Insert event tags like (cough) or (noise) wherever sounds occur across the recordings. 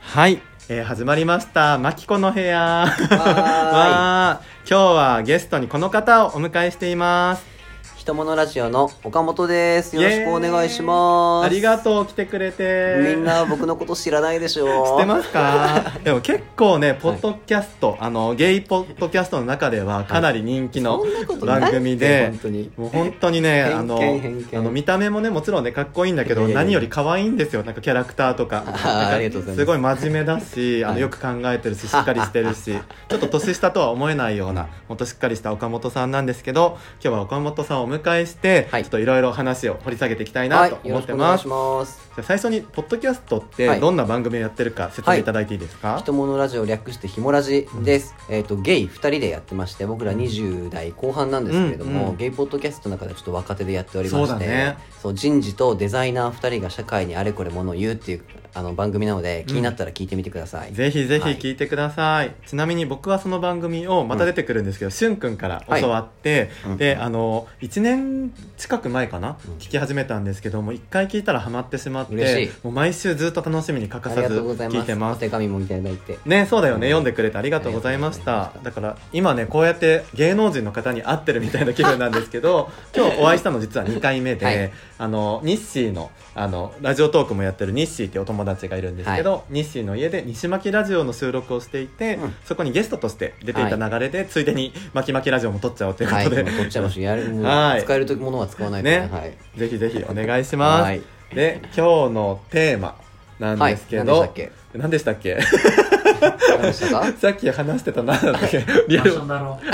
はい、えー始まりました「マキコの部屋」は (laughs) わー今日はゲストにこの方をお迎えしていますーい。ひとものラジオの岡本です。よろしくお願いします。ありがとう来てくれてみんな僕のこと知らないでしょ。知ってますか (laughs) でも結構ねポッドキャスト、あのゲイポッドキャストの中ではかなり人気のそんなことない番組で、本当に。もう本当にね、偏見あの、偏見あの見た目もね、もちろんね、かっこいいんだけいど、やいやいや何より可愛いんですよ、なんかキャラクターとか。あなーんか (laughs) ありがとうございますすごい真面目だし、あはの、いよく考えてるし、しっかりしてる (laughs) し、ちょっと年下とは思えないような、ほんとしっかりした岡本さんなんですけど、今日は岡本さんをお迎えして、はいちょっといろいろ話を掘り下げていきたいなはいと、思よろっしてくお願まいす。します。じゃあ最初に、ポッドキャストっはていどんな番組をやってるか説明いただいていいですか、ひとものラジオ略してひもラジです。えっ、と、ゲイ2人でやってまして、僕ら20代後半なんですけれども、うんうんゲイポッドキャストの中でちょっと若手でやっておりまして、そうだねそう人事とデザイナー2人が社会にあれこれものを言うっていうあの番組なので、気になったら聞いてみてください。ぜひぜひはい聞いてください、ちなみに僕はその番組をまた出てくるんですけど、しゅんくんから教わって、はいで、うんあの1年近く前かな、うん聞き始めたんですけども1回聞いたらハマってしまって嬉しいもう毎週ずっと楽しみに欠かあさりがずとうござい聞まいす。てまおす手紙もいただいて。ねそうだよね、うん読んでくれてありがとうございましたありがとうございだかましたら今ねこうやって芸能人の方に会ってるみたいな気分なんですけ (laughs) ど今日お会いしたの実は2回目で、はいあの日誌のあのラジオトークもやってる日誌っていうお友達がいるんですけど、日誌の家で西巻ラジオの収録をしていて、うんそこにゲストとして出ていた流れで、ついでに巻き巻きラジオも撮っちゃおうというこはい、ともで、 (laughs) う取っちゃいましょう。やる、もうはい使えるとものは使わないとねはい。ぜひぜひお願いします、はいで今日のテーマなんですけど、はい何でしたっ何でしたっけけ何でしたかさっき話してた何だったっけリア場ル所だろう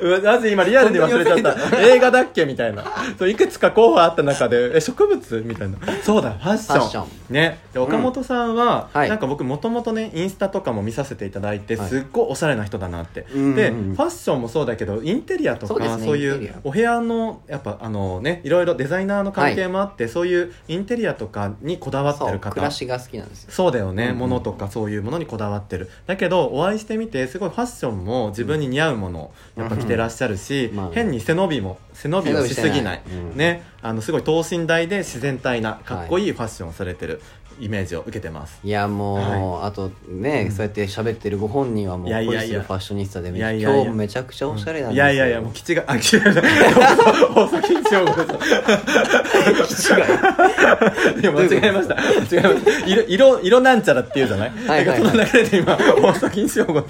うわマジ今リアルに忘れちゃった映画だっけみたいなそういくつか候補あった中 (laughs) でえ植物みたいなそうだファッションファッションねで岡本さんは、はいなんか僕もともとねインスタとかも見させていただいて、はいすっごいおしゃれな人だなって、うんうんうんでファッションもそうだけどインテリアとそうでかすねそうインテいリうアお部屋のやっぱあのねいろいろデザイナーの関係もあって、そういうインテリアとかにこだわってそるう、方暮らしが好きなんですよ。そうだよね、うんうん物とかそういうものにこだわってるだけどお会いしてみてすごいファッションも自分に似合うものうんやっぱ着てらっしゃるし、うんまあね変に背伸びも背伸びをしすぎない背伸びしてないうんねあのすごい等身大で自然体なかっこいいファッションをされてるイメージを受けてます、いやもう、あとね、そうやって喋ってるご本人はもういやいやいや恋するファッショニスタでいやいやいや今日めちゃくちゃおしゃれなんですよ、いやいやいやもう基地があ基地が放送禁止用語ですいや間違えました間違えました色色色なんちゃらっていうじゃないはいはいはいなんかその流れで今放送禁止用語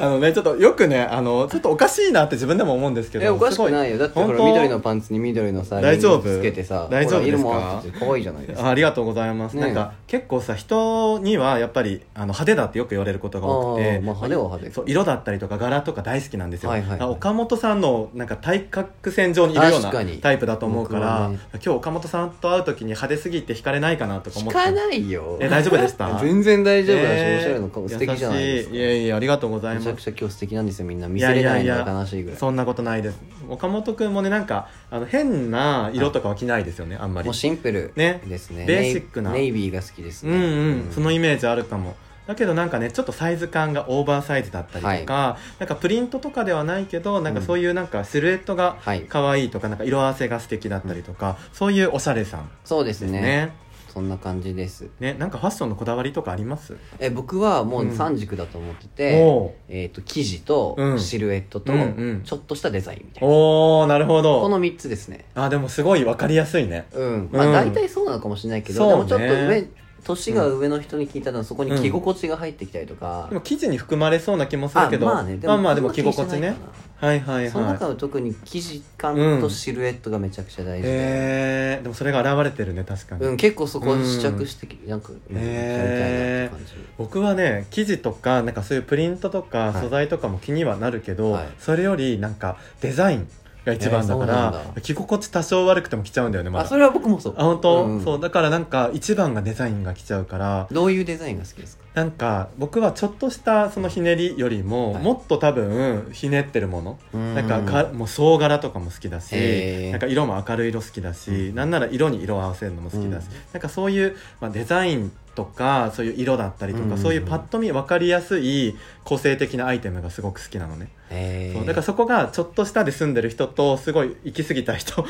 あのねちょっとよくねあのちょっとおかしいなって自分でも思うんですけどえおかしくないよだってほら緑のパパンツに緑のさ大丈夫リングつけてさ大丈夫ほら色もですか合わせて可愛いじゃないですかありがとうございます、ねなんか結構さ人にはやっぱりあの派手だってよく言われることが多くてあーまあ派手は派手そう色だったりとか柄とか大好きなんですよ、はいはいはいだから岡本さんのなんか対角線上にいるような確かにタイプだと思うから僕はね今日岡本さんと会う時に派手すぎて惹かれないかなとか聞思ってかないよえ大丈夫でした全然大丈夫だし、えーおしゃれの顔素敵じゃないですか優しいいやいやありがとうございめまちすゃくちゃ今日素敵なんですよみんな見せれないのが悲しいぐらいそんなことないです岡本君もねなんかあの変な色とかは着ないですよねあんまりもうシンプルねですねベーシックなネイネイビーが好きですねうんうん、そのイメージあるかもだけどなんかねちょっとサイズ感がオーバーサイズだったりとか、なんかプリントとかではないけどなんかそういうなんかシルエットがはい可愛いとか,、なんか色合わせが素敵だったりとか、そういうおしゃれさんそうですですねねそんな感じですねなんかファッションのこだわりとかありますえ僕はもううん三軸だと思ってて、おーえー、と生地とうんシルエットとうんうんちょっとしたデザインみたいな、おーなるほこどの3つですねあでもすごい分かりやすいねうんまあうん大体そうなのかもしれないけど、でもちそょうっねと上年が上の人に聞いたらそこに着心地が入ってきたりとか、でも生地に含まれそうな気もするけどあまあねでまもあまあでもそ着んな気心にして地ないねかなはいはいその中はいは特に生地感うとんシルエットがめちゃくちゃ大事で、へえでもそれが現れてるね確かに、うん結構そこに試着してき、なんか、うん、やりたいなってへ感じ、僕はね生地とかなんかそういうプリントとかはい素材とかも気にはなるけど、はいそれよりなんかデザインが一番だから、えーそうなんだ着心地多少悪くても着ちゃうんだよねまあだそれは僕もそうあ本当、うんそうだからなんか一番がデザインが着ちゃうからどういうデザインが好きですかなんか僕はちょっとしたそのひねりよりも、はいもっと多分ひねってるもの、うんなんかかもう総柄とかも好きだへしーなんか色も明るい色好きだし、なんなら色に色を合わせるのも好きだし、うんなんかそういう、まあ、デザインとかそういう色だったりとか、うんそういうパッと見分かりやすい個性的なアイテムがすごく好きなのね、えそうー、だからそこがちょっとしたで住んでる人とすごい行き過ぎた人 (laughs) っ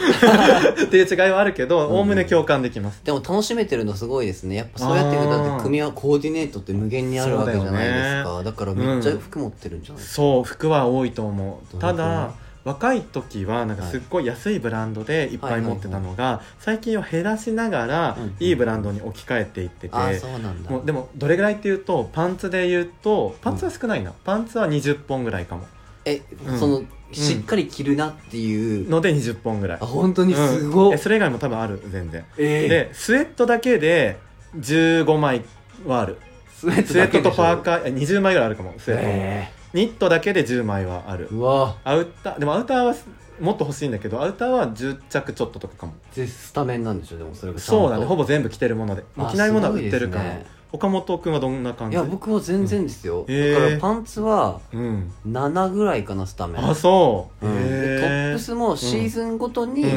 ていう違いはあるけどおおむね共感できます。でも楽しめてるのすごいですねやっぱそうやってあーだって組み合わコーディネートって無限にあるわけじゃないですそうだかよだ,、ねからめっちゃ服持ってるんじゃないですか、そう服は多いと思うなたるほどだ若い時はなんかすっごい安いブランドでいっぱい持ってたのが、最近は減らしながらうんいいブランドに置き換えていってて、ああそうなんだもうでもどれぐらいっていうとパンツで言うとパンツは少ないな、パンツは20本ぐらいかもえ、うんそのしっかり着るなっていう、ので20本ぐらいあ本当にすごい、うんえそれ以外も多分ある全然、えーでスウェットだけで15枚はあるスウェットスウェだットけでしょとパーカーえ20枚ぐらいあるかもスウェットも、えニットだけで10枚はあるーうわアウターでもアウターはもっと欲しいんだけどアウターは10着ちょっととかかもでスタメンなんでしょでもそれがちゃんとそうだねほぼ全部着てるものでもう着ないものは売ってるから、あすごいですね岡本君はどんな感いじや僕は全然ですよ、うんだかへらーパンツはうん7ぐらいかなスタメンあそう、うんでトップスもシーズンごとにう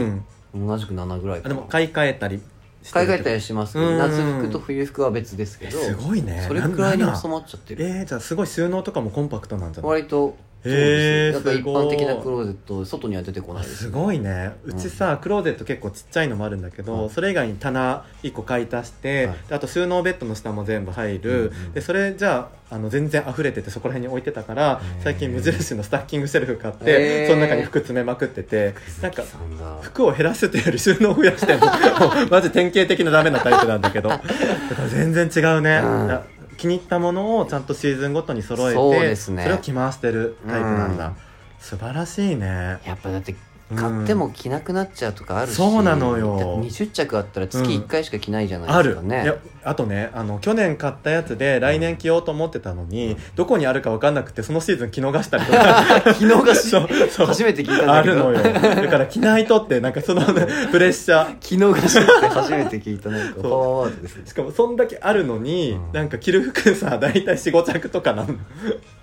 ん同じく7ぐらいあかでな、も買い替えたりして買い替えるたりしますけどうん夏服と冬服は別ですけえどすごいねそれくらいになな収まっちゃってるえー、じゃあすごい収納とかもコンパクトなんじゃない割とそうへでーすだから一すご般い的なクローゼット外には出てこないですすごいねうちさ、クローゼット結構ちっちゃいのもあるんだけど、うんそれ以外に棚1個買い足して、はいであと収納ベッドの下も全部入る、うんうんでそれじゃああの全然溢れててそこら辺に置いてたからへー最近無印のスタッキングシェルフ買って、へーその中に服詰めまくっててなんかさんだ服を減らすというより収納を増やして (laughs) るもうマジ典型的なダメなタイプなんだけどだから全然違うね、うんだ気に入ったものをちゃんとシーズンごとに揃えてそうですねれを着回してるタイプなんだ、うん素晴らしいねやっぱだって買っても着なくなっちゃうとかあるし、そうなのよだって20着あったら月1回しか着ないじゃなあいでるすかね、いやあとねあの去年買ったやつで来年着ようと思ってたのに、どこにあるか分かんなくてそのシーズン着逃したりとか着逃しそうそう (laughs) 初めて聞いたんあだけるどのよだから着ないとってなんかそのプレッシャー着逃しって初めて聞いたなんそかうパワーワードですねしかもそんだけあるのに、うんなんか着る服さ大体45着とかなのでも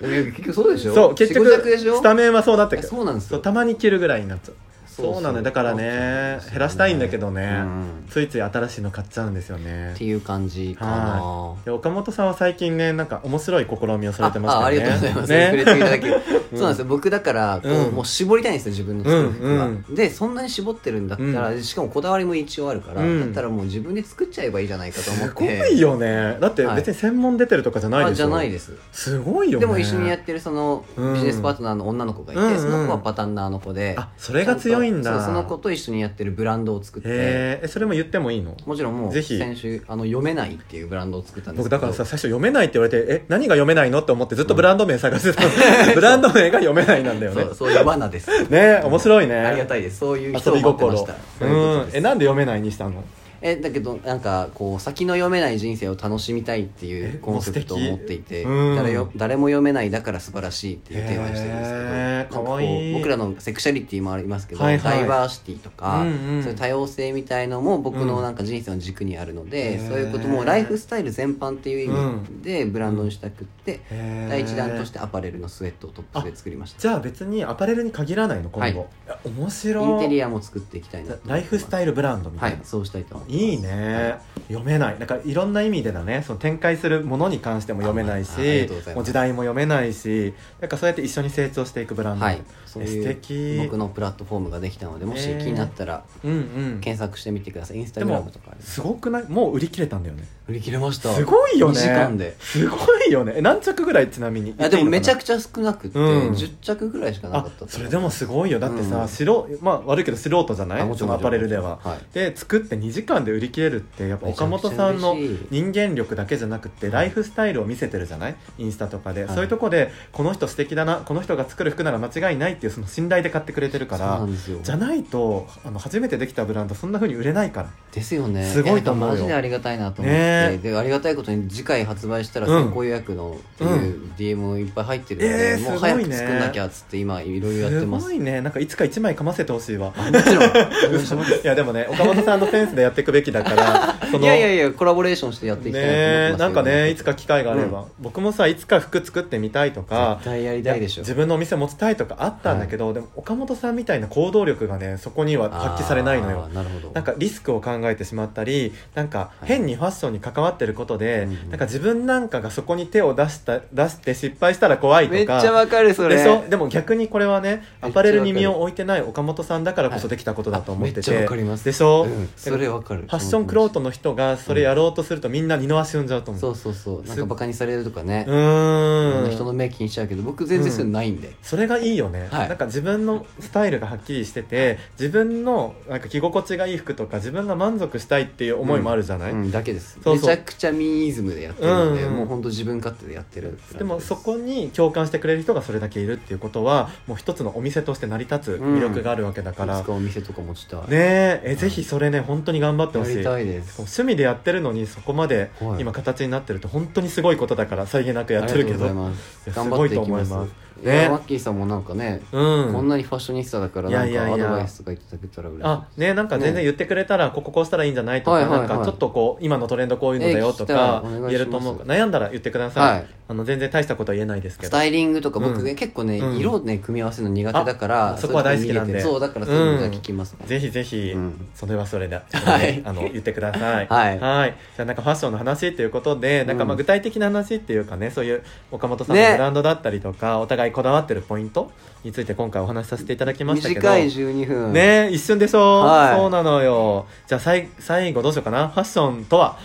結局そうでしょそう結局4-5着でしょスタメンはそうなってえくるそうなんですそうよたまに着るぐらいになっちゃうそうなのよだからね減らしたいんだけどね、うんついつい新しいの買っちゃうんですよねっていう感じかはないで岡本さんは最近ねなんか面白い試みをされてますよねあありがとうございます、触れねていた (laughs) だき、そうなんですよよ僕だからこう、うんもう絞りたいんですよ自分の作る服は、うんでそんなに絞ってるんだったら、うしかもこだわりも一応あるから、うんだったらもう自分で作っちゃえばいいじゃないかと思っすてごいよねだってはい別に専門出てるとかじゃないあでしじょゃないですすごいよねでも一緒にやってるそのうんビジネスパートナーの女の子がいて、うんうんその子はパタンナーの子であそれが強いんそだうその子と一緒にやってるブランドを作ってへーえそれも言ってもいいのもちろんもうぜひ先週あの読めないっていうブランドを作ったんです僕けどだからさ最初読めないって言われてえ何が読めないのって思ってずっとブランド名探して (laughs) たの、ブランド名が読めないなんだよねそうそういう罠です (laughs) ね面白いねありがたいですそういう遊人をび待ってまし心たうそういうことんですえなんで読めないにしたのえだけどなんかこう先の読めない人生を楽しみたいっていうえコンセプトを持っていて、素敵うん誰よ誰も読めないだから素晴らしいっていうテーマにしてるんですけど、へーなんかわいいこう僕らのセクシャリティもありますけど、はいはいダイバーシティとか、うんうんそういう多様性みたいのも僕うのんなんか人生の軸にあるので、へーそういうこともライフスタイル全般っていう意味でブランドにしたくって、へー第一弾としてアパレルのスウェットをトップスで作りましたじゃあ別にアパレルに限らないの今後、はいいや面白いインテリアも作っていきたいなと思ってまラすイフスタイルブランドみたはいな、いそうしたいと思いますいいね、読めないなんかいろんな意味でだねその展開するものに関しても読めないしあありがとうございますもう時代も読めないしなんかそうやって一緒に成長していくブランド、はい、そうえ素い敵う僕のプラットフォームができたのでもしえー気になったらうんうん検索してみてくださいインスタでグラムもとかですすごくないもう売り切れたんだよね売り切れましたすごいよね2時間ですごいよねえ何着ぐらいちなみにいやでもめちゃくくちゃ少なくて、うん10着ぐらいしかあなかったと思うそれでもすごいよだってさ、うん素人まあ悪いけど素人じゃなあもいちそろんのアパレルでははいで作って2時間で売り切れるってやっぱ岡本さんのめちゃくちゃ嬉しい人間力だけじゃなくてはいライフスタイルを見せてるじゃないインスタとかで、はいそういうとこでこの人素敵だなこの人が作る服なら間違いないっていうその信頼で買ってくれてるかそうならんですよじゃないとあの初めてできたブランドそんな風に売れないからですよねすごいと思うよやだからマジでありがたいなと思って、ねでありがたいことに次回発売したらうん先行予約のっていう DM もいっぱい入ってるのえで、ーもうすごいね早く作んなきゃっつって今いろいろやってすまごすいねなんかいつか1枚かませてほしいわあもちろんお (laughs) 願いしますいやでもね岡本さんのセンスでやっていくべきだから (laughs) そいやいやいやコラボレーションしてやっていきたいなと思っねてますけどなんかねいつか機会があれば、僕もさいつか服作ってみたいとか絶対やりたいでしょ自分のお店持ちたいとかあったんだけど、でも岡本さんみたいな行動力がねそこには発揮されないのよあーなるほどなんかリスクを考えてしまったりなんかはい変にファッションに関わってることで、うんなんか自分なんかがそこに手を出した出して失敗したら怖いとかめっちゃわかるそれでしょでも逆にこれはねめアっちゃわかパるレルに身を置いてない岡本さんだからこそできたことだと思ってて、はいあめっちゃわかりますでしょ、うんそれわかるファッションクロートの人がそれやろうとするとみんな二の足踏んじゃうと思うそううそうそうなんかバカにされるとかねう、ーん人の目気にしちゃうけど僕全然そういうのないんで、それがいいよね、はいなんか自分のスタイルがはっきりしてて自分のなんか着心地がいい服とか自分が満足したいっていう思いもあるじゃない、うんだけですそうそうめちゃくちゃミニイズムでやってるので、うんうんもうほんと自分勝手でやってるでもそはこに共感してくれる人がそれだけいるっていうことはもう一つのお店として成り立つ魅力があるわけだから、いつかお店とか持ちたいねええぜひそれね本当に頑張ってほやしいりたいです趣味でやってるのにそこまではい今形になってると本当にすごいことだからさりげなくやってるけどありがとうございまいすや頑張っていきますすごいと思いますいやねマッキーさんもなんかね、うんこんなにファッショニスタだからなんいやいかやアいやドバイスとかいただけたら嬉しいあねなんか全然ね言ってくれたらこここうしたらいいんじゃないとか、はいはいはいなんかちょっとこう今のトレンドこういうのだよとかえー聞きたいお願いしま言すえると思うから悩んだら言ってください、はいあの全然大したことは言えないですけスどタイリングとか僕、うん結構ね、うん色をね組み合わせるの苦手だからあそこは大好きなんでそういうとこ逃げてそうだからそういうのが聞きます、ぜひぜひ、うんそれはそれで、はいあの言ってください (laughs) はいじゃあなんかファッションの話っていうことで、なんかまあうん具体的な話っていうかねそういう岡本さんのねブランドだったりとか、お互いこだわってるポイントについて今回お話しさせていただきましたけど短い12分ね一瞬でしょ、はいそうなのよじゃあさい最後どうしようかなファッションとは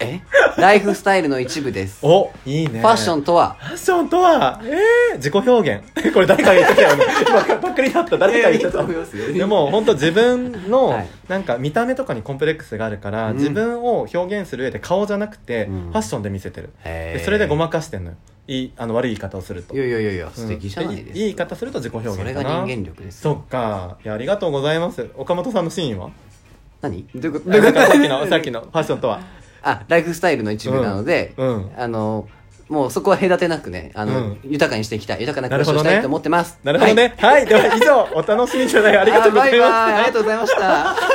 えライフスタイルの一部ですフおいいねァッションとはファッションとは、えー、自己表現。 (laughs) これ誰かが言ってたよね。今ばっかりだった。誰かが言っていやいいと思いますた。よでも、本当自分の、はいなんか見た目とかにコンプレックスがあるから、うん自分を表現する上で顔じゃなくて、うんファッションで見せてる。へでーそれでごまかしてんのよ。いい、あの、悪い言い方をすると。いやいやいやいやうん素敵じゃないですか、いい言い方すると自己表現かそな。れが人間力ですそっか。いや、ありがとうございます。岡本さんのシーンは何どういうことなんかさっき (laughs) の、さっきのファッションとは。あライフスタイルの一部なので、うん。あのもうそこは隔てなくねあの、うん豊かにしていきたい豊かな暮らしをしたいと思ってますなるほどね。はい。では、以上、お楽しみいただきありがとうございました。あバイバイありがとうございました